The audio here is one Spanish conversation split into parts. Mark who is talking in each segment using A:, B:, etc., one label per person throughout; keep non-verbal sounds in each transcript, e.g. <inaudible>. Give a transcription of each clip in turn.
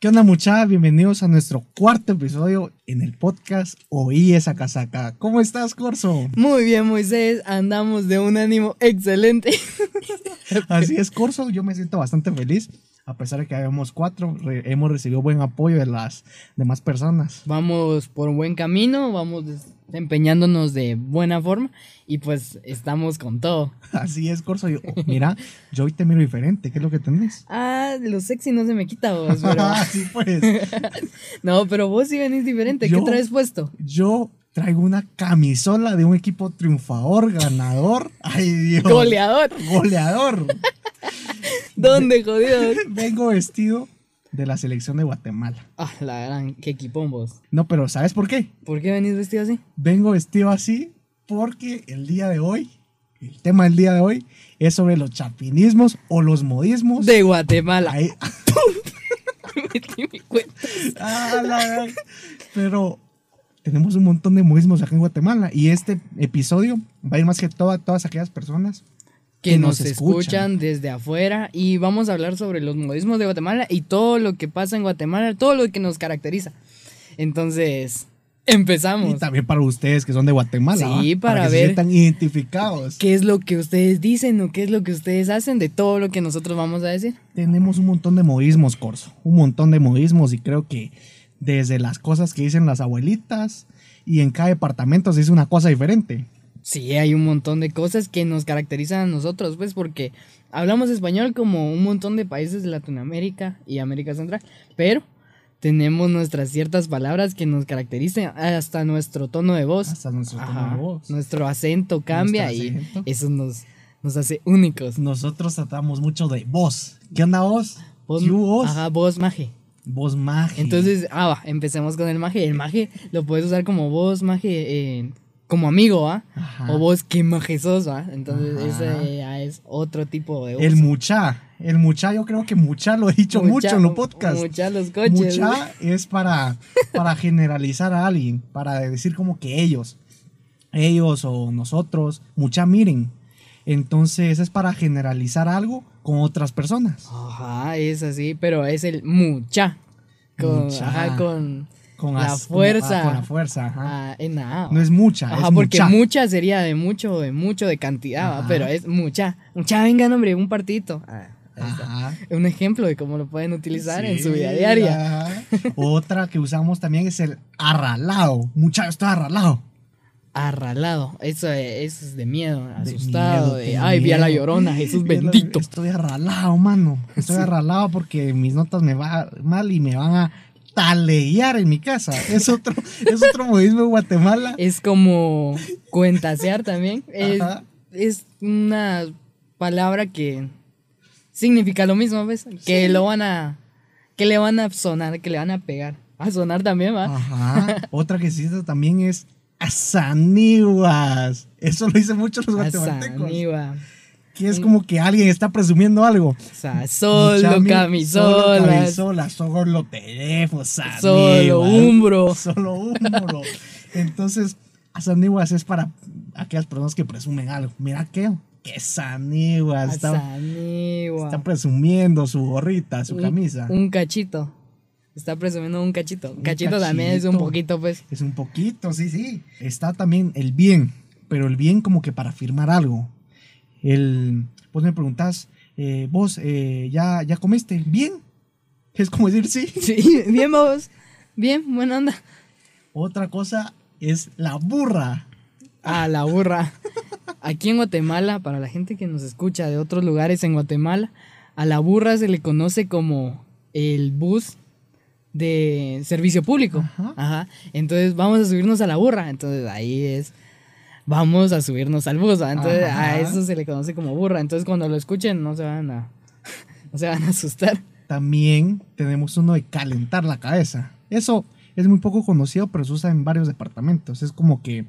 A: ¿Qué onda muchachos? Bienvenidos a nuestro cuarto episodio en el podcast Oí esa casaca. ¿Cómo estás, Corso?
B: Muy bien, Moisés. Andamos de un ánimo excelente.
A: Así es, Corso. Yo me siento bastante feliz. A pesar de que habíamos cuatro, re- hemos recibido buen apoyo de las demás personas. <laughs>
B: Vamos por un buen camino, vamos desempeñándonos de buena forma y pues estamos con todo.
A: Así es, Corso. Yo- oh, mira, yo hoy te miro diferente. ¿Qué es lo que tenés?
B: Ah, lo sexy no se me quita vos,
A: <laughs>
B: pero...
A: Así pues.
B: No, pero vos sí venís diferente. ¿Qué
A: Yo-
B: traes puesto?
A: Yo traigo una camisola de un equipo triunfador, ganador. Ay, Dios.
B: Goleador.
A: Goleador. <laughs>
B: ¿Dónde, jodido?
A: Vengo vestido de la selección de Guatemala.
B: Ah, la gran, qué equipón vos.
A: No, pero ¿sabes por qué?
B: ¿Por qué venís vestido así?
A: Vengo vestido así porque el día de hoy, el tema del día de hoy es sobre los chapinismos o los modismos.
B: De Guatemala.
A: Ahí-
B: <laughs>
A: <laughs>
B: Metí mi cuenta.
A: Ah, la gran- pero tenemos un montón de modismos acá en Guatemala y este episodio va a ir más que todo a todas aquellas personas
B: que nos escuchan desde afuera y vamos a hablar sobre los modismos de Guatemala y todo lo que pasa en Guatemala, todo lo que nos caracteriza. Entonces,
A: Y
B: empezamos.
A: también para ustedes que son de Guatemala.
B: Sí,
A: ¿va?
B: para
A: que
B: ver.
A: Se sientan identificados.
B: ¿Qué es lo que ustedes dicen o qué es lo que ustedes hacen de todo lo que nosotros vamos a decir?
A: Tenemos un montón de modismos, Corso. Un montón de modismos y creo que desde las cosas que dicen las abuelitas y en cada departamento se dice una cosa diferente.
B: Sí, hay un montón de cosas que nos caracterizan a nosotros, pues porque hablamos español como un montón de países de Latinoamérica y América Central, pero tenemos nuestras ciertas palabras que nos caracterizan hasta nuestro tono de voz.
A: Hasta nuestro tono
B: Pues, Ajá,
A: de voz.
B: Nuestro acento cambia
A: Nuestro acento.
B: y eso nos, nos hace únicos.
A: Nosotros tratamos mucho de voz. ¿Qué onda vos?
B: Vos-
A: ¿Qué vos?
B: Ajá, voz maje.
A: Voz magia.
B: Entonces, ah, va, empecemos con el maje. El maje lo puedes usar como voz maje, eh, como amigo, ¿ah?
A: Ajá.
B: O vos que maje sos, ¿ah? Entonces,
A: Ajá.
B: ese ya es otro tipo de voz.
A: el mucha. El mucha, yo creo que mucha lo he dicho mucho en los podcasts.
B: Mucha los coches.
A: Mucha es para, para generalizar a alguien, para decir como que ellos, ellos o nosotros, mucha miren. Entonces es para generalizar algo con otras personas,
B: Ajá, es así, pero es el mucha. Con,
A: Mucha.
B: Ajá, con.
A: con
B: La
A: as-
B: fuerza.
A: ah, con la fuerza, ajá.
B: ah, en la A,
A: No es mucha,
B: Ajá,
A: es
B: porque
A: mucha.
B: mucha sería de mucho, de mucho, de cantidad, ¿va?
A: Ajá.
B: pero es mucha. Mucha, vengan, hombre, un partidito. Ah, ahí está.
A: Ajá.
B: Un ejemplo de cómo lo pueden utilizar en su vida
A: Sí,
B: diaria. <laughs>
A: ajá. Otra que usamos también es el arralado. Mucha, yo estoy arralado.
B: Arralado. Eso es, eso es de miedo,
A: De
B: asustado.
A: miedo,
B: de,
A: qué
B: Ay, vi a la
A: miedo. <laughs>
B: llorona, Jesús
A: Mira,
B: bendito.
A: Estoy arralado, mano. Estoy arralado porque mis notas me van mal y me van a talear en mi casa. Es otro, es otro modismo de
B: <laughs>
A: Guatemala.
B: Es como cuentasear también. Es,
A: Ajá.
B: es una palabra que significa lo mismo, ¿ves? Que lo van a. que le van a sonar, que le van a pegar. A sonar también, ¿va?
A: Ajá. Otra que existe también es asaniguas. Eso lo dicen mucho los
B: A
A: guatemaltecos.
B: Saniva.
A: Que es como que alguien está presumiendo algo.
B: O sea, solo
A: Chami- Solo
B: camisolas.
A: camisola, solo teléfonos.
B: Solo
A: amigos. <laughs>
B: hombro.
A: Solo hombro. Entonces, las aniguas es para aquellas personas que presumen algo. Mira qué, qué saniguas. Están,
B: Sanigua.
A: están presumiendo su gorrita, su
B: Un-
A: camisa.
B: Un, cachito. Está presumiendo un cachito.
A: Un
B: cachito, también es un
A: cachito.
B: poquito, pues. <laughs>
A: Es un poquito, sí, sí. Está también el bien, pero el bien como que para firmar algo. El, vos me preguntás, eh, vos, eh, ya, ¿ya comiste? ¿Bien? Es como decir sí.
B: Sí, bien, vamos. Bien, buena onda.
A: Otra cosa es la burra.
B: A la burra. Aquí en Guatemala, para la gente que nos escucha de otros lugares en Guatemala, a la burra se le conoce como el bus de servicio público.
A: Ajá.
B: Ajá. Entonces vamos a subirnos a la burra. Entonces ahí es. Vamos a subirnos al bus. ¿va? Entonces
A: Ajá.
B: a eso se le conoce como burra. Entonces cuando lo escuchen no se van a. <laughs> No se van a asustar.
A: También tenemos uno de calentar la cabeza. Eso es muy poco conocido, pero se usa en varios departamentos. Es como que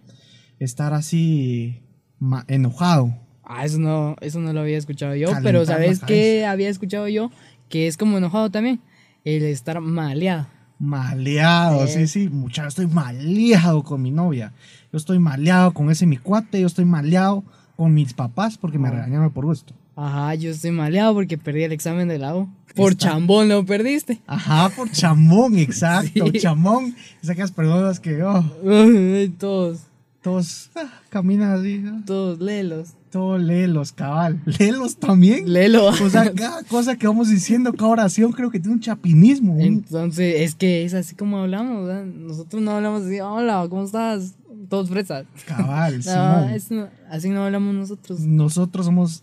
A: estar así ma- enojado.
B: Ah, eso no, eso no lo había escuchado yo,
A: Calentar
B: pero
A: la
B: ¿sabes
A: cabeza.
B: qué había escuchado yo? Que es como enojado también, el estar maleado.
A: Maleado, sí,
B: Sí.
A: sí, muchacho, estoy maleado con mi novia. Yo estoy maleado con ese mi cuate, yo estoy maleado con mis papás porque me
B: Ah.
A: regañaron por gusto.
B: Ajá, yo estoy maleado porque perdí el examen de la U. Por chambón lo perdiste.
A: Ajá, por chamón, <laughs> exacto. Chamón. Esas personas que oh,
B: todos,
A: todos ah, caminan así. ah,
B: todos lelos.
A: Todo léelos, cabal. Léelos también.
B: Lelo.
A: O
B: <laughs>
A: sea, cada cosa que vamos diciendo, cada oración, creo que tiene un chapinismo. un-
B: Entonces, es que es así como hablamos, ¿verdad? Nosotros no hablamos así, hola, ¿cómo estás? Todos fresas.
A: Cabal,
B: <laughs> No,
A: Simón.
B: es no- así no hablamos nosotros. <laughs>
A: Nosotros somos,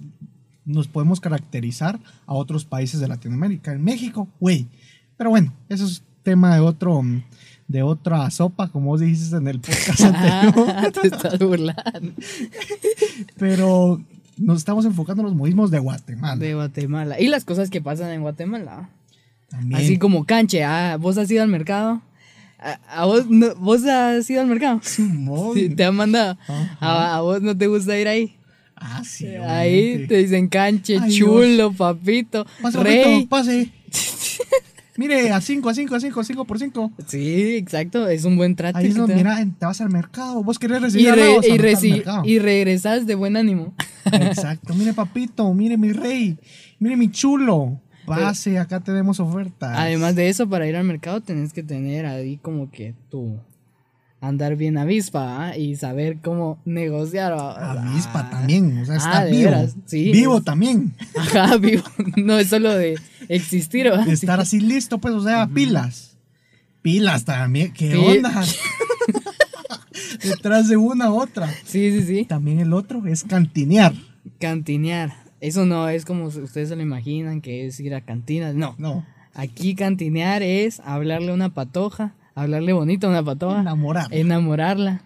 A: nos podemos caracterizar a otros países de Latinoamérica. En México, güey. Pero bueno, eso es tema de otro, de otra sopa, como vos dijiste en el
B: <laughs>
A: podcast anterior.
B: Ah, te estás burlando.
A: Pero nos estamos enfocando en los modismos de Guatemala.
B: De Guatemala. Y las cosas que pasan en Guatemala.
A: También.
B: Así como canche, ah, vos has ido al mercado. ¿A, a vos, no- vos has ido al mercado?
A: Simón.
B: Sí, te han mandado.
A: Ajá.
B: A, a vos no te gusta ir ahí.
A: Ah, sí.
B: Ahí
A: obviamente.
B: te dicen canche,
A: Ay,
B: chulo, papito,
A: Pase,
B: rey.
A: papito,
B: <laughs>
A: pase. Mire, a 5, a 5, a 5, 5 por 5.
B: Sí, exacto, es un buen trato.
A: Ahí es
B: que
A: donde,
B: te dan.
A: mira, te vas al mercado. Vos querés recibir
B: y, re-
A: halagos,
B: y,
A: andate al
B: reci-
A: mercado.
B: y regresas de buen ánimo.
A: Exacto. Mire, papito, mire, mi rey, mire, mi chulo. Pase, acá tenemos ofertas.
B: Eh. Además de eso, para ir al mercado tenés que tener ahí como que tú andar bien avispa ¿ah? y saber cómo negociar. ¿va?
A: Avispa
B: Ah,
A: también, o sea,
B: Ah,
A: está
B: de
A: vivo.
B: veras, sí,
A: vivo
B: es-
A: también.
B: <laughs> Ajá, vivo. No es solo de existir. ¿va?
A: De estar así listo, pues, o sea, pilas. Pilas también, ¿qué
B: Pi- <laughs>
A: onda? Detrás de una a otra.
B: Sí, sí, sí.
A: También el otro es cantinear.
B: Cantinear. Eso no es como ustedes se lo imaginan, que es ir a cantinas. No.
A: No,
B: Aquí cantinear es hablarle a una patoja, hablarle bonito a una patoja,
A: enamorar.
B: enamorarla,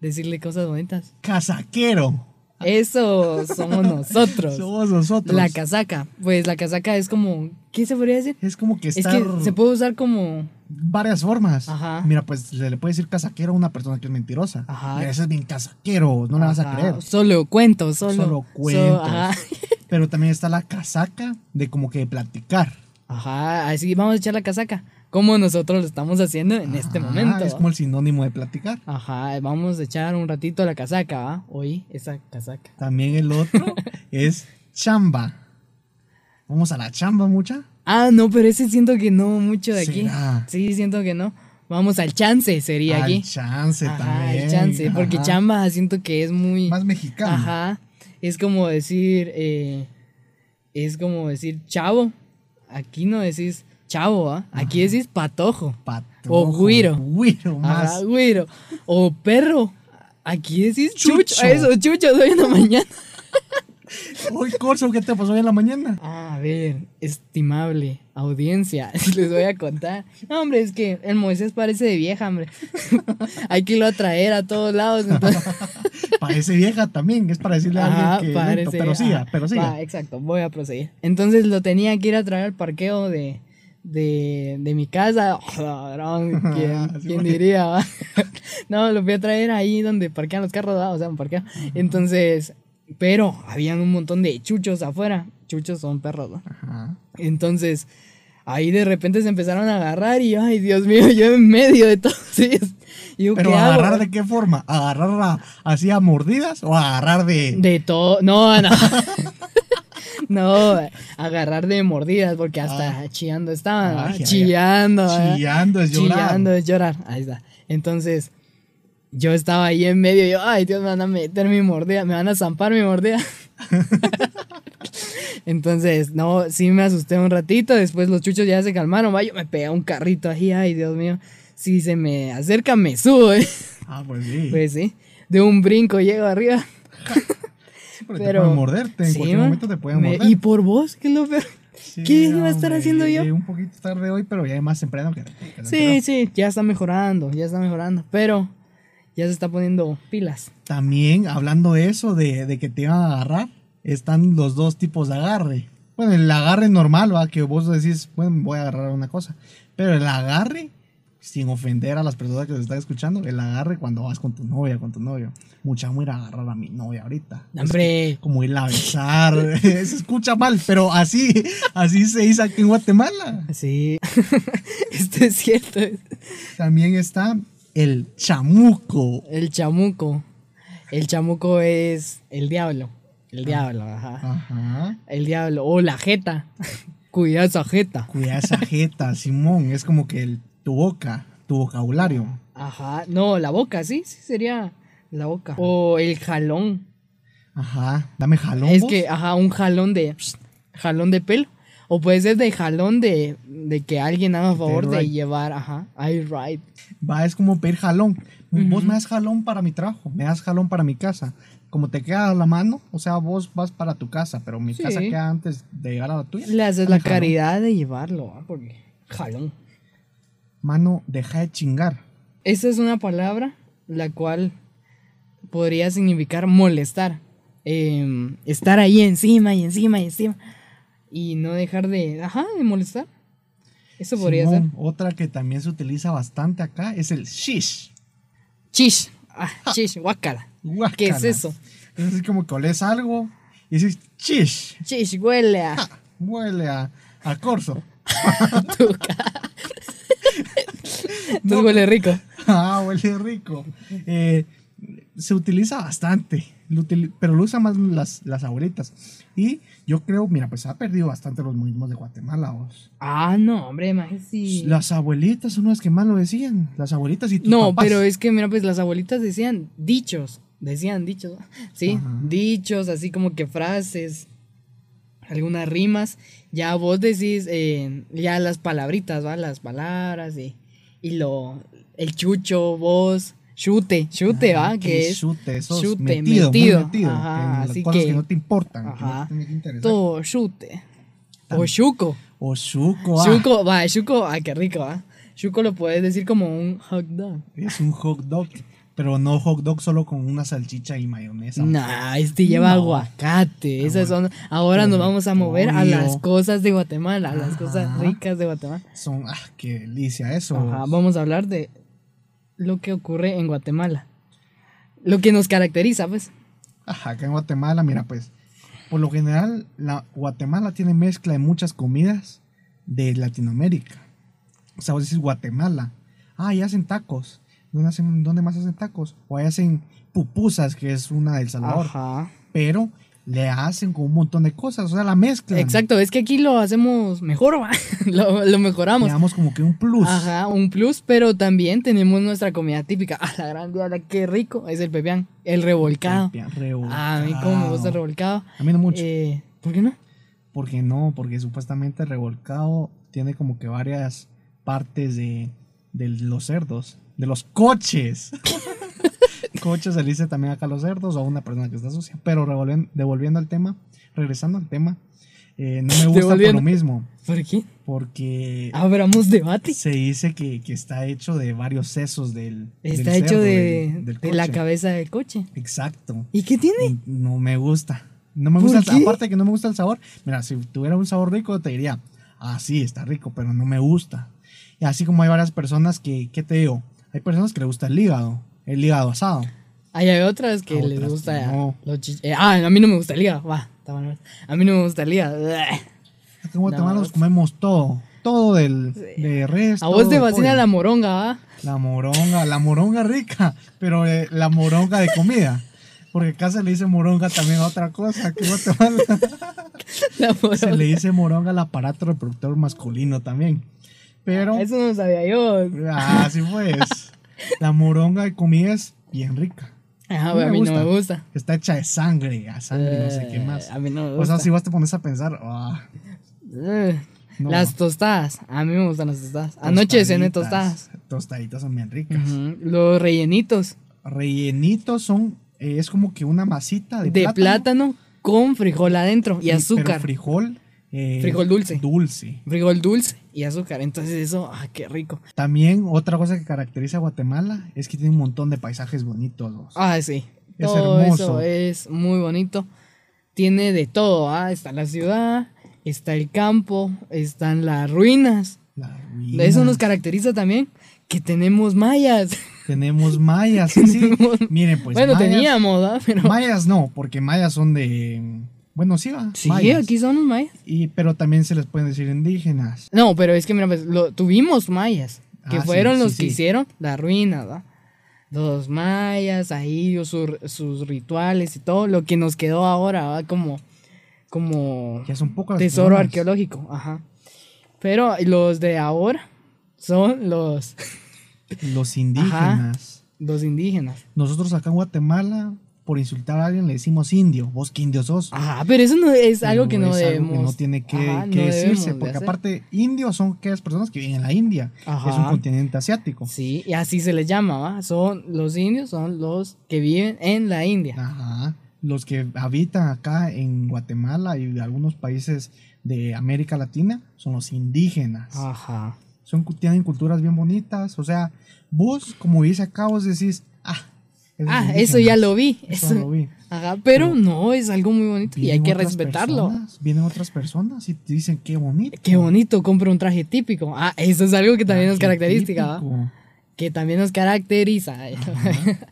B: decirle cosas bonitas.
A: Casaquero.
B: Eso somos nosotros.
A: Somos nosotros.
B: La casaca. Pues la casaca es como. ¿Qué se podría decir?
A: es como que
B: Es
A: estar
B: que se puede usar como.
A: varias formas.
B: Ajá.
A: Mira, pues se le puede decir casaquero a una persona que es mentirosa.
B: Ajá.
A: Mira, ese es bien casaquero, no le vas a
B: Ajá,
A: creer.
B: ah, Solo cuento, solo.
A: Solo
B: so-
A: cuentos.
B: ajá.
A: Pero también está la casaca de como que platicar.
B: Ajá, así vamos a echar la casaca. Como nosotros lo estamos haciendo en este
A: Ajá,
B: momento.
A: Ah, Es como el sinónimo de platicar.
B: Ajá, vamos a echar un ratito la casaca, ¿va? Oí esa casaca.
A: También el
B: <laughs>
A: otro es chamba. Vamos a la chamba, mucha.
B: Ah, no, pero ese siento que no mucho de aquí.
A: ¿Será?
B: Sí, siento que no. Vamos al chance, sería
A: al
B: aquí.
A: chance
B: Ajá,
A: también.
B: el chance, porque
A: Ajá.
B: chamba siento que es muy...
A: Más mexicano.
B: Ajá. Es como decir, eh, es como decir chavo. Aquí no decís chavo, ¿ah? Aquí decís patojo.
A: Patojo,
B: O güiro.
A: Güiro más.
B: Ajá, güiro. O perro. Aquí decís chucho.
A: Chucho.
B: Eso, chucho, doy una mañana.
A: Hoy, Corso, ¿qué te pasó hoy en la mañana?
B: A ver, estimable audiencia, <laughs> les voy a contar. No, hombre, es que el Moisés parece de vieja, hombre. <laughs> Hay que irlo a traer a
A: <laughs>
B: todos lados. Entonces...
A: Parece vieja también, es para decirle a
B: Ajá,
A: alguien que
B: parece-
A: lento, pero siga,
B: ajá.
A: pero siga.
B: Va, exacto, voy a proseguir. Entonces lo tenía que ir a traer al parqueo de, de, de mi casa. <laughs> Oh, Cabrón, ¿Quién,
A: <laughs> Así
B: quién
A: fue.
B: diría? va? <laughs> no, lo fui a traer ahí donde parquean los carros, va, o sea, un parqueo. Entonces, pero habían un montón de chuchos afuera. Chuchos son perros, ¿no?
A: Ajá.
B: Entonces, ahí de repente se empezaron a agarrar y, ay, Dios mío, <laughs> yo en medio de todos ellos. Y yo,
A: Pero
B: ¿qué hago?
A: agarrar de qué forma? ¿Agarrar a- así a mordidas o agarrar de...
B: De todo. No,
A: <laughs>
B: no. no, agarrar de mordidas porque hasta chillando estaban.
A: Ah. Ay,
B: ¿verdad?
A: ay, ay.
B: chillando. ¿verdad?
A: chillando, es llorar?
B: Chillando es llorar. Ahí está. Entonces, yo estaba ahí en medio. y Yo, ay, Dios, me van a meter mi mordida. Me van a zampar
A: <laughs>
B: mi mordida. Entonces, no, sí me asusté un ratito. Después los chuchos ya se calmaron. Va, yo me pegué a un carrito ahí. Ay, Dios mío. Si se me acerca, me subo. ¿eh?
A: Ah, pues sí.
B: Pues sí. De un brinco llego arriba.
A: Sí, porque
B: pero-
A: te pueden morderte, en
B: Sí,
A: cualquier
B: ma.
A: momento te pueden
B: Me-
A: morder.
B: Y por vos, que lo peor.
A: Sí,
B: ¿Qué iba a estar haciendo yo?
A: Un poquito tarde hoy, pero ya más temprano que... que la
B: Sí,
A: anterior.
B: sí, ya está mejorando, ya está mejorando. Pero ya se está poniendo pilas.
A: También, hablando de eso, de, de que te iban a agarrar, están los dos tipos de agarre. Bueno, el agarre normal, va, que vos decís, bueno, voy a agarrar una cosa. Pero el agarre, sin ofender a las personas que te están escuchando, el agarre cuando vas con tu novia, con tu novio. Mucha voy a ir a agarrar a mi novia ahorita.
B: Hombre,
A: Como ir a besar. <laughs> se escucha mal, pero así, así se dice aquí en Guatemala.
B: sí. <laughs> Esto es cierto.
A: También está el chamuco.
B: El chamuco. El chamuco es el diablo. El
A: Ah.
B: diablo, ajá.
A: Ajá.
B: El diablo. O la jeta. <laughs> Cuida esa jeta.
A: Cuida esa jeta, <laughs> Simón. Es como que el- tu boca, tu vocabulario.
B: Ajá. No, la boca, sí, sí sería la boca. O el jalón.
A: Ajá. Dame jalón.
B: Es
A: vos.
B: que, ajá, un jalón de. Jalón de pelo. O puede ser de jalón de, de que alguien haga favor de
A: right.
B: llevar, ajá, I right.
A: Va, es como pedir jalón. Vos
B: Ujú.
A: me das jalón para mi trabajo, me das jalón para mi casa. Como te queda la mano, o sea, vos vas para tu casa, pero mi
B: Sí.
A: casa queda antes de llegar a la tuya.
B: Le haces la
A: Dame jalón.
B: caridad de llevarlo, ¿ah? porque jalón.
A: Mano, deja de chingar.
B: Esa es una palabra la cual podría significar molestar. eh, estar ahí encima y encima y encima. Y no dejar de. Ajá, de molestar. Eso podría
A: Simón, Otra que también se utiliza bastante acá es el shish.
B: ser. Chish. Ah, chish, guácala. ¿Qué es
A: Guácala.
B: eso?
A: Es así como que olés algo y dices, shish.
B: Chish, huele a.
A: Ja, huele a, a corzo.
B: <laughs> Entonces huele rico.
A: <laughs> Ah, huele rico. Eh, se utiliza bastante, lo util- pero lo usan más las, las abuelitas. Y yo creo, mira, pues ha perdido bastante los modismos de Guatemala. vos.
B: Ah, no, hombre, más sí.
A: Las abuelitas son las que más lo decían. Las abuelitas y tus
B: No,
A: papás.
B: pero es que, mira, pues las abuelitas decían dichos, decían dichos, <laughs> ¿sí?
A: Ajá.
B: Dichos, así como que frases, algunas rimas. Ya vos decís, eh, ya las palabritas, ¿va? Las palabras y, y lo, el chucho, vos, chute, chute,
A: Ah,
B: este
A: qué
B: ¿va? Que es
A: chute, sos
B: chute,
A: metido, muy
B: metido.
A: metido,
B: Ajá,
A: en las
B: así
A: cosas que,
B: que-
A: no te importan, que no
B: Ajá.
A: te tienen que interesar.
B: todo chute. O
A: Tam-
B: chuco.
A: O chuco, ah,
B: Chuco, va, chuco, ay, qué rico, ¿va? Chuco lo puedes decir como un hot dog.
A: es un hot dog, pero no hot dog solo con una salchicha y mayonesa.
B: Nah, este lleva
A: No. Ah,
B: aguacate. Esas son. Ahora nos vamos a mover a las
A: Pollo.
B: cosas de Guatemala, a las
A: Ajá.
B: cosas ricas de Guatemala.
A: Son, ah, qué delicia eso.
B: Ajá, vamos a hablar de lo que ocurre en Guatemala. Lo que nos caracteriza, pues.
A: Ajá, acá en Guatemala, mira, pues, por lo general, la Guatemala tiene mezcla de muchas comidas de Latinoamérica. O sea, vos decís Guatemala. Ah, ahí hacen tacos. ¿Dónde, hacen, dónde más hacen tacos? O ahí hacen pupusas, que es una del Salvador.
B: Ajá.
A: Pero le hacen con un montón de cosas. O sea, la mezcla.
B: Exacto, es que aquí lo hacemos mejor, ¿va? <laughs> lo, lo
A: Le
B: mejoramos.
A: damos como que un plus.
B: Ajá, un plus, pero también tenemos nuestra comida típica. A la gran diabla, qué rico. Es el pepián, el revolcado. Ah, A mí, como me gusta el revolcado.
A: A mí no mucho.
B: Eh, ¿Por qué no?
A: Porque no, porque supuestamente el revolcado tiene como que varias partes de, de los cerdos, de los
B: <laughs>
A: coches. coches se le dice también acá a los cerdos o a una persona que está sucia. Pero revolven- devolviendo al tema, regresando al tema, eh, no me gusta por
B: Devolviendo. Ah,
A: lo mismo,
B: ¿Por qué?
A: porque
B: Abramos debate.
A: se dice que, que está hecho de varios sesos del. del
B: Está hecho
A: cerdo,
B: de,
A: del- del
B: de la
A: coche.
B: cabeza del coche.
A: Exacto.
B: ¿Y qué tiene?
A: Y No me gusta. No me
B: ¿Por
A: gusta. el sa-
B: qué?
A: Aparte de que no me gusta el sabor. Mira, si tuviera un sabor rico, te diría, ah, sí, está rico, pero no me gusta. Y así como hay varias personas que, ¿qué te digo? Hay personas que le gusta el hígado, el hígado asado.
B: Ahí hay otras que
A: A
B: les
A: Ah, otras
B: gusta.
A: no.
B: los chich- eh, ah, a mí no me gusta el hígado. Va, está bueno. A mí no me gusta el hígado. Bleh.
A: Acá en Guatemala
B: No. pues
A: nos comemos todo. Todo del, de res.
B: A vos
A: todo
B: te
A: de
B: fascina
A: pollo.
B: la moronga, ¿va? <laughs>
A: La moronga, la moronga rica, pero eh, la moronga de comida. Porque acá se le dice moronga también a otra cosa. Aquí en
B: <laughs>
A: Guatemala
B: La
A: se le
B: moronga.
A: dice moronga al aparato reproductor masculino también. Pero
B: Eso no lo sabía yo.
A: Ah, sí pues. La moronga de comida es bien rica.
B: Ajá,
A: No
B: güey,
A: me
B: a mí no
A: gusta.
B: me gusta.
A: Está hecha de sangre, a sangre, no sé qué
B: Eh,
A: más.
B: A mí no me
A: O
B: gusta.
A: sea, si vos te pones a pensar, ah,
B: Eh,
A: no.
B: Las tostadas. A mí me gustan las tostadas. Anoche cené tostadas.
A: tostaditas. Tostaditas son bien ricas.
B: Ujú, Los rellenitos
A: Rellenitos son, eh, es como que una masita de,
B: de, plátano? con frijol adentro y
A: pero
B: azúcar.
A: frijol. eh,
B: Frijol dulce.
A: Dulce.
B: frijol dulce y azúcar. Entonces eso, ah, qué rico.
A: También otra cosa que caracteriza a Guatemala es que tiene un montón de paisajes bonitos. vos.
B: Ah, sí.
A: Es
B: todo
A: hermoso.
B: eso es muy bonito. Tiene de todo, ah, está la ciudad, está el campo, están las ruinas.
A: Las
B: Eso
A: ruinas.
B: nos caracteriza también que tenemos mayas.
A: Tenemos mayas, sí, sí.
B: <laughs> Tenemos-
A: Miren, pues
B: bueno,
A: mayas-
B: teníamos, ¿ah? <laughs> pero
A: Mayas no, porque mayas son de. Bueno, sí, va.
B: sí,
A: mayas.
B: aquí son los mayas.
A: Y, pero también se les pueden decir indígenas.
B: No, pero es que mira, pues, lo, tuvimos mayas, que
A: Ah, sí,
B: fueron
A: sí,
B: los
A: sí.
B: que hicieron las ruinas, ¿ah? los mayas, ahí sus, sus rituales y todo lo que nos quedó ahora, ¿va? como, como
A: Ya son pocas. las
B: tesoro
A: personas.
B: arqueológico. Ajá. Pero los de ahora son los,
A: Los indígenas.
B: los indígenas.
A: Nosotros acá en Guatemala, por insultar a alguien, le decimos indio. ¿Vos qué indio sos?
B: Ajá, pero eso no Ah, es algo que no
A: es algo
B: debemos.
A: que no tiene que,
B: Ajá,
A: que
B: no debemos
A: decirse,
B: de
A: porque
B: hacer.
A: aparte, indios son aquellas personas que viven en la India,
B: Ajá.
A: es un continente asiático.
B: Sí, y así se les llama, ¿va? Son los indios, son los que viven en la India.
A: Ajá. Los que habitan acá en Guatemala y de algunos países de América Latina son los indígenas.
B: Ah, Ajá.
A: Son, tienen culturas bien bonitas. O sea, vos, como dice acá, vos decís, ah, esos
B: Ah,
A: indígenas,
B: eso ya lo vi.
A: Eso
B: eso-
A: ya lo vi.
B: Ajá, pero no, es algo muy bonito y hay
A: Vienen
B: que
A: otras
B: respetarlo.
A: personas, vienen otras personas y te dicen, qué bonito.
B: Qué bonito, compra un traje típico. Ah, eso es algo que también
A: Ah,
B: nos
A: qué
B: caracteriza, ¿va?
A: típico.
B: Que también nos caracteriza.
A: Ajá.
B: <laughs>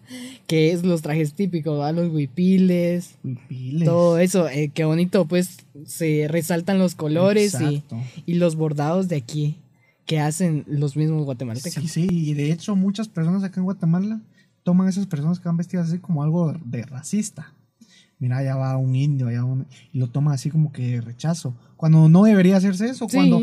B: que es los trajes típicos, ¿va? Los huipiles,
A: Huipiles.
B: todo eso. eh, qué bonito, pues se resaltan los colores y,
A: Exacto.
B: y los bordados de aquí que hacen los mismos guatemaltecos.
A: Sí, sí, y de hecho muchas personas acá en Guatemala toman a esas personas que van vestidas así como algo de racista. Mira, allá va un indio, allá va un... y lo toman así como que de rechazo. Cuando no debería hacerse eso,
B: Sí.
A: cuando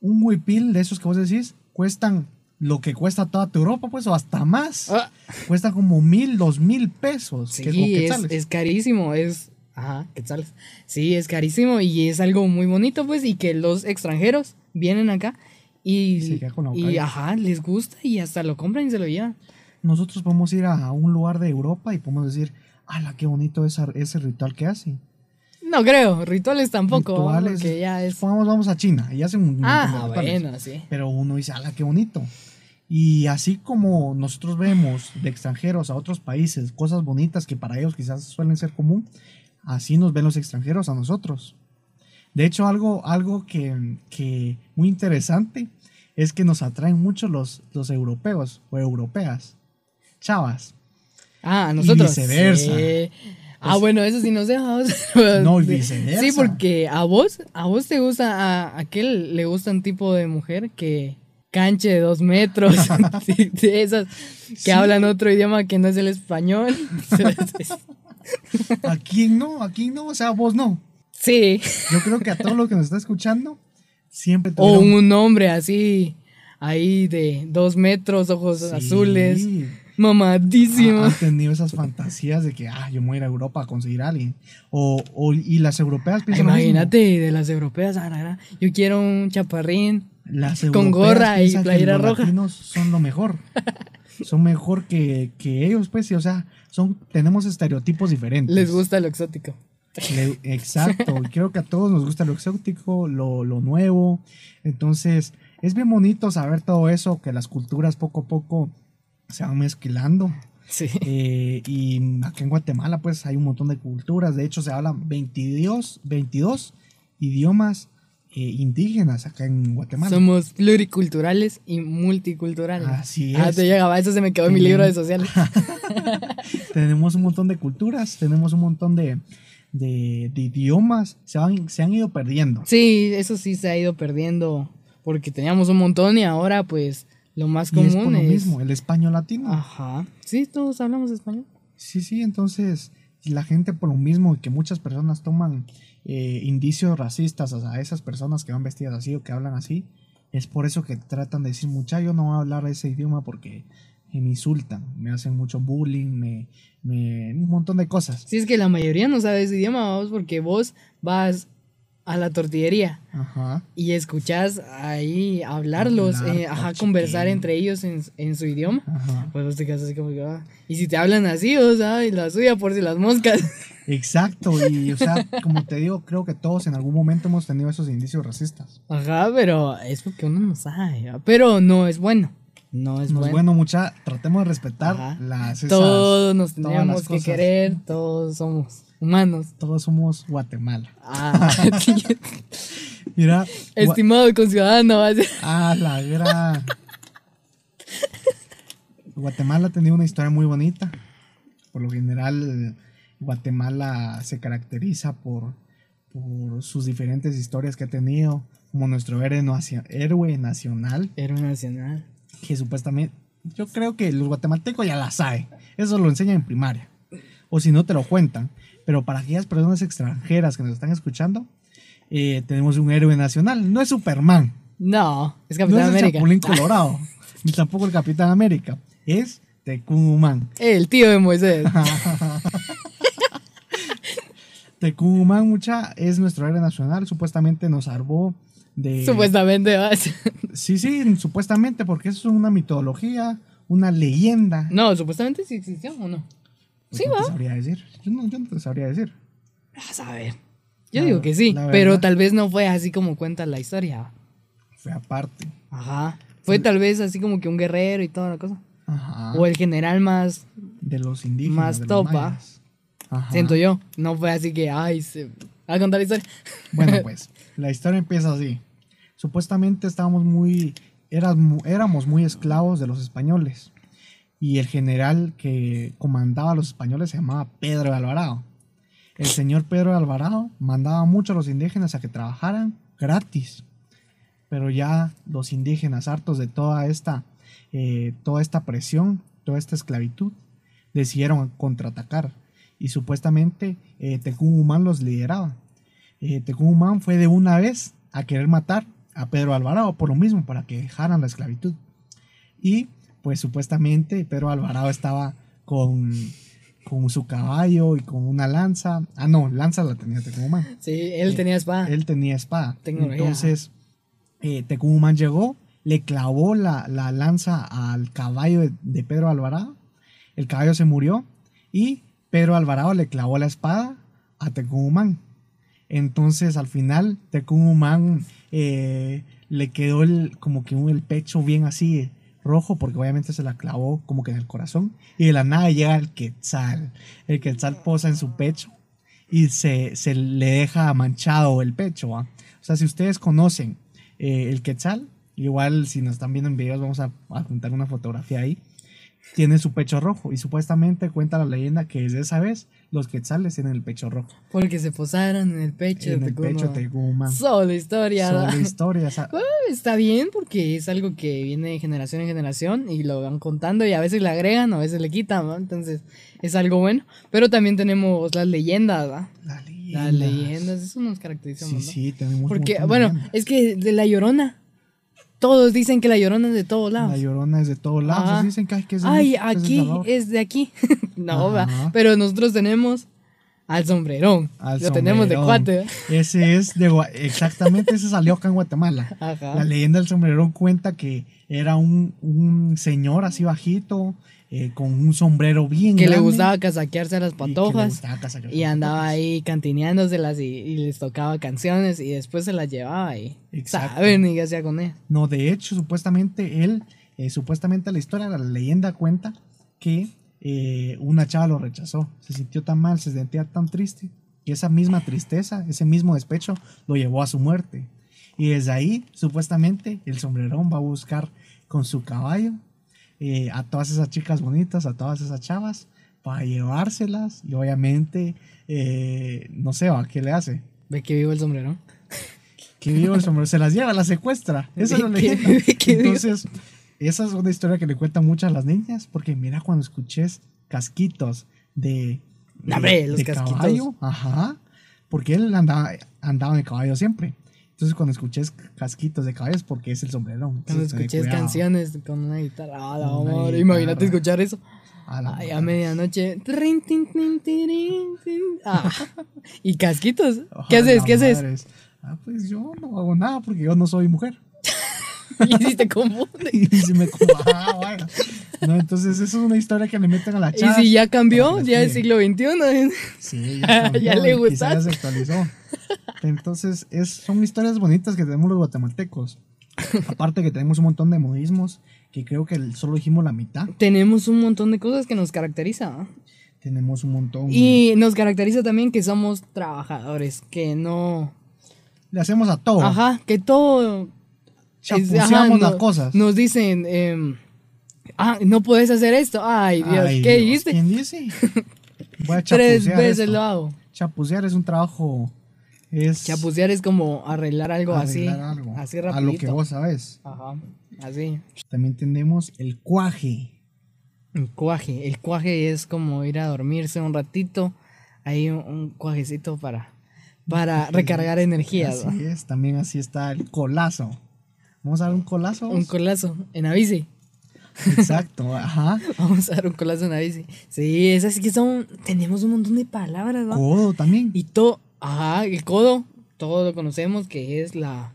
A: un huipil de esos que vos decís cuestan lo que cuesta toda tu Europa, pues, o hasta más.
B: Ah,
A: Cuesta como mil, dos mil pesos. que es como
B: sí, es,
A: quetzales.
B: es carísimo, es... Ajá, quetzales. Sí, es carísimo y es algo muy bonito, pues, y que los extranjeros vienen acá y...
A: Y se queda con la boca
B: y,
A: abierta.
B: ajá, les gusta y hasta lo compran y se lo llevan.
A: Nosotros podemos ir a un lugar de Europa y podemos decir, ala, qué bonito esa- ese ritual que hacen.
B: No creo, rituales tampoco, ¿va?
A: Rituales,
B: porque ya es...
A: Supongamos, vamos a China y hacen un montón de
B: Ah,
A: rituales.
B: bueno, sí.
A: pero uno dice, ala, qué bonito. Y así como nosotros vemos de extranjeros a otros países cosas bonitas que para ellos quizás suelen ser común, así nos ven los extranjeros a nosotros. De hecho, algo, algo que, que muy interesante es que nos atraen mucho los, los europeos o europeas. Chavas.
B: Ah, a nosotros.
A: viceversa.
B: sí. Ah,
A: Pues-
B: bueno, eso sí nos dejamos.
A: <laughs> No, y viceversa.
B: pues, Sí, porque a vos, a vos te gusta, a aquel le gusta un tipo de mujer que canche de
A: <laughs>
B: dos metros, <laughs> de- de esas que
A: Sí.
B: hablan otro idioma que no es el
A: <laughs>
B: español.
A: ¿A quién no? ¿A quién no? O sea, vos no.
B: sí,
A: Yo creo que a todo lo que nos está escuchando, siempre
B: o
A: tuvieron-
B: un hombre así, ahí de dos metros, ojos
A: Sí. Ah,
B: azules,
A: ha-
B: mamadísimo.
A: han tenido esas fantasías de que, ah, yo me voy a ir a Europa a conseguir a alguien. O, o- y las europeas piensan lo mismo.
B: Imagínate, de las europeas, ah, la gran, yo quiero un chaparrín.
A: Las
B: con
A: europeas
B: gorra y
A: piensan que
B: playera
A: los
B: roja.
A: latinos son lo
B: <laughs>
A: mejor. Son mejor que, que ellos, pues, y, o sea, son, tenemos estereotipos diferentes.
B: Les gusta lo exótico.
A: Le- exacto, y creo que a todos nos gusta lo exótico, lo, lo nuevo. Entonces, es bien bonito saber todo eso, que las culturas poco a poco se van mezclando.
B: Sí. <laughs>
A: Eh, y acá en Guatemala, pues hay un montón de culturas. De hecho, se hablan 22, 22 idiomas eh, indígenas acá en Guatemala.
B: Somos pluriculturales y multiculturales.
A: Así
B: Ah,
A: es.
B: te llegaba, eso se me quedó en mi libro de sociales.
A: <laughs> tenemos un montón de culturas, tenemos un montón de, de- de idiomas. Se, van, se han ido perdiendo.
B: Sí, eso sí se ha ido perdiendo porque teníamos un montón y ahora pues lo más
A: Y es por
B: común
A: lo
B: es...
A: mismo, el español latino.
B: Ajá. Sí, todos hablamos español.
A: Sí, sí, entonces la gente por lo mismo que muchas personas toman eh, indicios racistas o sea, a esas personas que van vestidas así o que hablan así, es por eso que tratan de decir, mucha, yo no voy a hablar ese idioma porque eh, me insultan, me hacen mucho bullying, me, me- un montón de cosas.
B: Sí, es que la mayoría no sabe ese idioma, vamos, porque vos vas a la tortillería
A: Ajá.
B: y escuchás ahí hablarlos,
A: Hablar,
B: eh, ajá,
A: todo
B: conversar
A: chiquillo.
B: entre ellos en, en su idioma.
A: Ajá.
B: Pues vos te quedas así como que, ah, Y si te hablan así, o sea, y la suya por si las moscas. <laughs>
A: Exacto, y o sea, como te digo, creo que todos en algún momento hemos tenido esos indicios racistas.
B: Ajá, pero es porque uno no sabe. ¿va? Pero no es bueno. No es
A: No es
B: bueno.
A: Pues, bueno, mucha, tratemos de respetar
B: Ajá.
A: las esas-
B: todos nos
A: todas las
B: tenemos que
A: cosas.
B: querer, todos somos humanos.
A: <laughs> Todos somos Guatemala.
B: Ah, <laughs>
A: Mira, Gua-
B: estimado conciudadano, va a ser-
A: Ah, la gran. Guatemala ha tenido una historia muy bonita. Por lo general, Guatemala se caracteriza por, por sus diferentes historias que ha tenido, como nuestro héroe, nacio- héroe nacional,
B: héroe nacional.
A: que supuestamente, Yo creo que los guatemaltecos ya la saben. Eso lo enseñan en primaria. O si no, te lo cuentan. Pero para aquellas personas extranjeras que nos están escuchando, eh, tenemos un héroe nacional. No es Superman.
B: No, es
A: no
B: Capitán
A: es el
B: América.
A: Chapulín Colorado. ni tampoco el Capitán América. Es Tecumumán.
B: El tío
A: <laughs>
B: de Moisés.
A: Tecumumán, mucha, es nuestro héroe nacional. Supuestamente nos salvó de.
B: Supuestamente va a ser-
A: Sí, sí, supuestamente, porque eso es una mitología, una leyenda.
B: No, supuestamente sí existió o no.
A: Pues
B: sí,
A: no te
B: va.
A: sabría decir. Yo no, yo no te sabría decir.
B: A saber. Yo
A: La-
B: digo que sí,
A: la
B: pero
A: verdad.
B: tal vez no fue así como cuenta la historia.
A: Fue aparte.
B: Ajá. Fue tal vez así como que un guerrero y toda la cosa.
A: Ajá.
B: O el general más,
A: de los indígenas.
B: más
A: de los
B: topa.
A: mayas. Ajá.
B: siento yo. No fue así que, ay, se... a contar la historia.
A: Bueno, pues, la historia empieza así. Supuestamente estábamos muy, eras mu- éramos muy esclavos de los españoles. Y el general que comandaba a los españoles se llamaba Pedro de Alvarado. El señor Pedro de Alvarado mandaba mucho a los indígenas a que trabajaran gratis. Pero ya los indígenas, hartos de toda esta, eh, toda esta presión, toda esta esclavitud, decidieron contraatacar. Y supuestamente eh, Tecumumán los lideraba eh, Tecumumán fue de una vez a querer matar a Pedro Alvarado por lo mismo, para que dejaran la esclavitud. Y pues supuestamente Pedro Alvarado estaba con, con su caballo y con una lanza. Ah, no, lanza la tenía Tecumumán.
B: Sí, él
A: Sí.
B: tenía espada.
A: Él tenía espada.
B: Tecnología.
A: Entonces eh, Tecumumán llegó, le clavó la, la lanza al caballo de, de Pedro Alvarado. El caballo se murió y Pedro Alvarado le clavó la espada a Tecumumán. Entonces al final Tecumumán eh, le quedó el, como que un- el pecho bien así eh, rojo porque obviamente se la clavó como que en el corazón y de la nada llega el quetzal. El quetzal posa en su pecho y se, se le deja manchado el pecho. ¿va? O sea, si ustedes conocen eh, el quetzal, igual si nos están viendo en videos vamos a apuntar una fotografía ahí. Tiene su pecho rojo y supuestamente cuenta la leyenda que desde esa vez los quetzales tienen el pecho rojo.
B: Porque se posaron en el pecho.
A: en
B: de
A: el pecho
B: Tecumán.
A: de Tecumán.
B: Solo historia.
A: Sobre historia, o sea,
B: <laughs> Está bien porque es algo que viene de generación en generación y lo van contando y a veces le agregan, a veces le quitan, ¿va? entonces es algo bueno. Pero también tenemos las leyendas, ¿va?
A: la leyenda.
B: las leyendas, eso nos caracteriza un
A: Sí,
B: montón.
A: sí, tenemos un
B: Porque,
A: montón de
B: bueno,
A: leyendas.
B: es que de la llorona, todos dicen que la llorona es de todos lados.
A: La llorona es de todos lados.
B: Ajá.
A: Dicen que, ay, que es de
B: Ay,
A: México, que es de
B: aquí
A: Salvador.
B: es de aquí. <laughs> no,
A: Ajá.
B: ¿va? pero nosotros tenemos al sombrerón.
A: Al
B: lo tenemos de
A: sombrerón.
B: cuate. ¿va?
A: Ese es de. Gua- Exactamente, ese salió acá en Guatemala.
B: Ajá.
A: La leyenda del sombrerón cuenta que era un, un señor así bajito, eh, con un sombrero bien
B: Que le
A: grande
B: gustaba casaquearse a las
A: y que le
B: patojas.
A: gustaba casaquear
B: Y
A: con
B: andaba
A: patojas.
B: ahí cantineándoselas y, y les tocaba canciones y después se las llevaba y
A: Exacto.
B: saben y qué hacía con ellas.
A: No, de hecho, supuestamente él, eh, supuestamente la historia, la leyenda cuenta que eh, una chava lo rechazó. Se sintió tan mal, se sentía tan triste. Y esa misma tristeza, ese mismo despecho, lo llevó a su muerte. Y desde ahí, supuestamente, el sombrerón va a buscar con su caballo eh, a todas esas chicas bonitas, a todas esas chavas, para llevárselas. Y obviamente, eh, no sé, ¿va? ¿qué le hace?
B: Ve que vivo el sombrerón.
A: Que vivo el sombrero, se las lleva, las secuestra.
B: <laughs>
A: Esa es la
B: ¿Qué-
A: leyenda.
B: qué digo?
A: Entonces, esa es una historia que le cuentan muchas a las niñas, porque mira cuando escuches casquitos de,
B: No, hombre, los casquitos.
A: caballo, ajá, porque él andaba, andaba en caballo siempre. Entonces, cuando escuches casquitos de caballo es porque es el sombrerón.
B: Cuando
A: Entonces,
B: escuché
A: cuidado.
B: canciones con una guitarra. ¡Ah, la
A: Una
B: madre!
A: guitarra.
B: Imagínate escuchar eso.
A: A la
B: Ay, a
A: madre.
B: medianoche. Trin, tin, tin, tirin, tin. Ah. <laughs> Y casquitos.
A: A
B: ¿Qué haces?
A: la
B: ¿Qué <laughs> haces?
A: madres. Ah, pues yo no hago nada porque yo no soy mujer. <laughs>
B: Y si te confunde.
A: Y se me como, <laughs> ah, bueno. No, entonces, eso es una historia que le meten a la
B: Y
A: chava.
B: si ya cambió,
A: Para que
B: ya
A: la
B: es <laughs> siglo XXI.
A: Sí, ya,
B: Ya
A: cambió,
B: le
A: y quizá ya
B: gustaste.
A: se actualizó. Entonces, es, son historias bonitas que tenemos los guatemaltecos. Aparte que tenemos un montón de modismos, que creo que el- solo dijimos la mitad.
B: Tenemos un montón de cosas que nos caracteriza. ¿ah?
A: Tenemos un montón.
B: Y nos caracteriza también que somos trabajadores, que no...
A: Le hacemos a todo.
B: Ajá, que todo. es-
A: Chapuceamos
B: ajá,
A: las
B: no-
A: cosas.
B: Nos dicen, em, ah, no puedes hacer esto. Ay, Dios,
A: Ay,
B: ¿qué
A: Dios,
B: dijiste?
A: ¿Quién dice? Voy a
B: <laughs> Tres
A: chapucear
B: veces
A: esto.
B: lo hago.
A: Chapucear es un trabajo... Es
B: Chapucear es como arreglar algo
A: arreglar
B: así.
A: algo,
B: Así
A: A lo que
B: rapidito.
A: vos sabes.
B: Ajá. Así.
A: También tenemos el cuaje.
B: El cuaje. El cuaje es como ir a dormirse un ratito. Hay un, un cuajecito para, para recargar energías. ¿va?
A: Así es, también así está el colazo. Vamos a dar un colazo.
B: Un colazo en la bici. <laughs>
A: Exacto, ajá.
B: Vamos a dar un colazo en la bici. Sí, esas que son. Tenemos un montón de palabras, ¿va?
A: Codo también.
B: Y todo. Ajá, el codo. Todo lo conocemos que es la.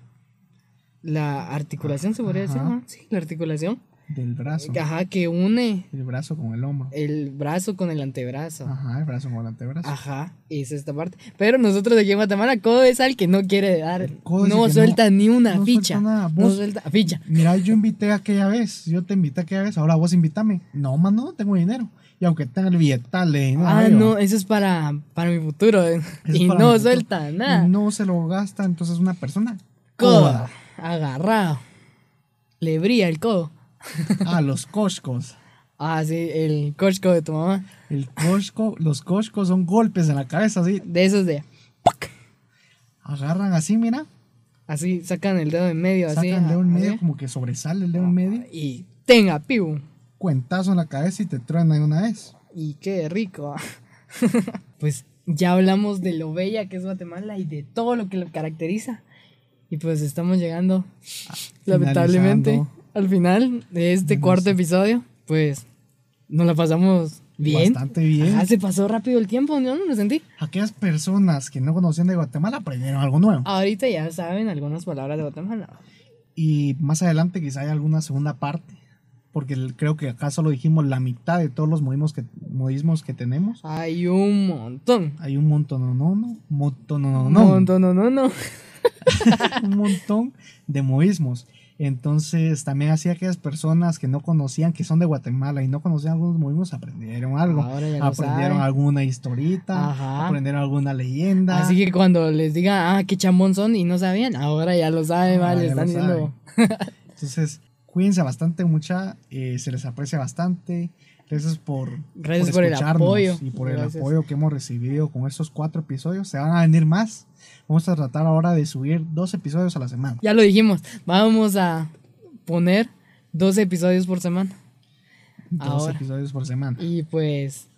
B: La articulación, se podría decir,
A: Ajá.
B: ¿no? Sí, la articulación.
A: Del brazo.
B: Ajá, que une
A: El brazo con el hombro.
B: el brazo con el antebrazo.
A: Ajá, el brazo con el antebrazo.
B: Ajá, es esta parte. Pero nosotros aquí en Guatemala, codo es al que no quiere dar,
A: El codo es el
B: no
A: que
B: suelta
A: no-
B: ni una
A: no
B: ficha.
A: suelta nada.
B: No
A: Vos-
B: suelta ficha.
A: Mira, yo invité aquella vez, yo te invité aquella vez, ahora vos invítame. No, más no tengo dinero. Y aunque tenga el ¿eh? billetal, le digo,
B: ah,
A: "Ay, va".
B: no, eso es para, para mi futuro. eh.
A: es
B: y
A: para
B: no
A: mi futuro.
B: suelta nada.
A: Y no se lo gasta, entonces una persona
B: codo. Agarrado. Le brilla el codo.
A: a Ah, los coscos.
B: Ah, sí, el cochco de tu mamá.
A: El cosco, los coscos son golpes en la cabeza, así.
B: De esos de. ¡pac!
A: Agarran así, mira.
B: Así sacan el dedo en medio, así.
A: Sacan el dedo en
B: ah,
A: medio,
B: así.
A: como que sobresale el dedo en medio.
B: Y tenga, pibu.
A: Cuentazo en la cabeza y te truenan de una vez.
B: Y qué rico. <laughs> ah. pues ya hablamos de lo bella que es Guatemala y de todo lo que lo caracteriza. Y pues estamos llegando, lamentablemente,
A: finalizando.
B: al final de este cuarto episodio. Pues nos la pasamos bien.
A: Bastante bien.
B: Ajá, se pasó rápido el tiempo, yo no lo sentí.
A: Aquellas personas que no conocían de Guatemala aprendieron algo nuevo.
B: Ahorita ya saben algunas palabras de Guatemala.
A: Y más adelante quizá hay alguna segunda parte. Porque el- creo que acá solo dijimos la mitad de todos los modismos que, modismos que tenemos.
B: Hay un montón.
A: Hay un montón, no, no, montón, no, no,
B: Un
A: no,
B: montón, no, no, no.
A: <laughs> un montón de modismos. Entonces también así aquellas personas que no conocían, que son de Guatemala y no conocían algunos modismos, aprendieron algo.
B: Ahora ya lo
A: Aprendieron
B: saben.
A: alguna historita,
B: Ajá.
A: aprendieron alguna leyenda.
B: Así que cuando les diga, ah, qué chambón son y no sabían, ahora ya lo saben,
A: Ah,
B: ¿vale?
A: ya
B: Están
A: lo saben.
B: diciendo.
A: Entonces, cuídense bastante, mucha. eh, se les aprecia bastante. Gracias por,
B: Gracias por el
A: escucharnos
B: apoyo.
A: Y por
B: Gracias.
A: el apoyo que hemos recibido con estos cuatro episodios. Se van a venir más. Vamos a tratar ahora de subir dos episodios a la semana.
B: Ya lo dijimos, vamos a poner 12 episodios por semana.
A: Dos
B: Ahora.
A: episodios por semana.
B: Y pues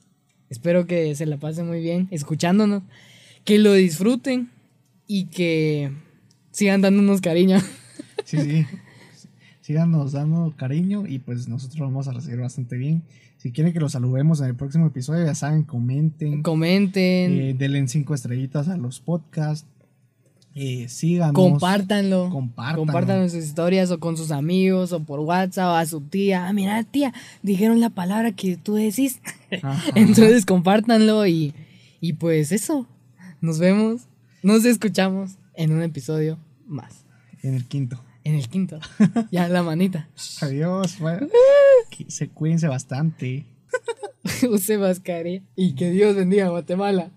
B: espero que se la pasen muy bien escuchándonos, que lo disfruten y que sigan dándonos cariño. <laughs>
A: Sí, sí. Síganos dando cariño y pues nosotros lo vamos a recibir bastante bien. Si quieren que los saludemos en el próximo episodio, ya saben, comenten,
B: Comenten,
A: eh, denle cinco estrellitas a los podcasts, eh, síganos,
B: compártanlo.
A: compártanos.
B: Compartan en sus historias o con sus amigos o por WhatsApp o a su tía. Ah, mira, tía, dijeron la palabra que tú decís.
A: Ajá.
B: <laughs> Entonces compártanlo y, y pues eso. Nos vemos, nos escuchamos en un episodio más.
A: en el quinto. <laughs>
B: En el quinto. <laughs> Ya la manita. <laughs>
A: Adiós. bueno. Que se cuídense bastante.
B: Use mascarilla. Y que Dios bendiga a Guatemala.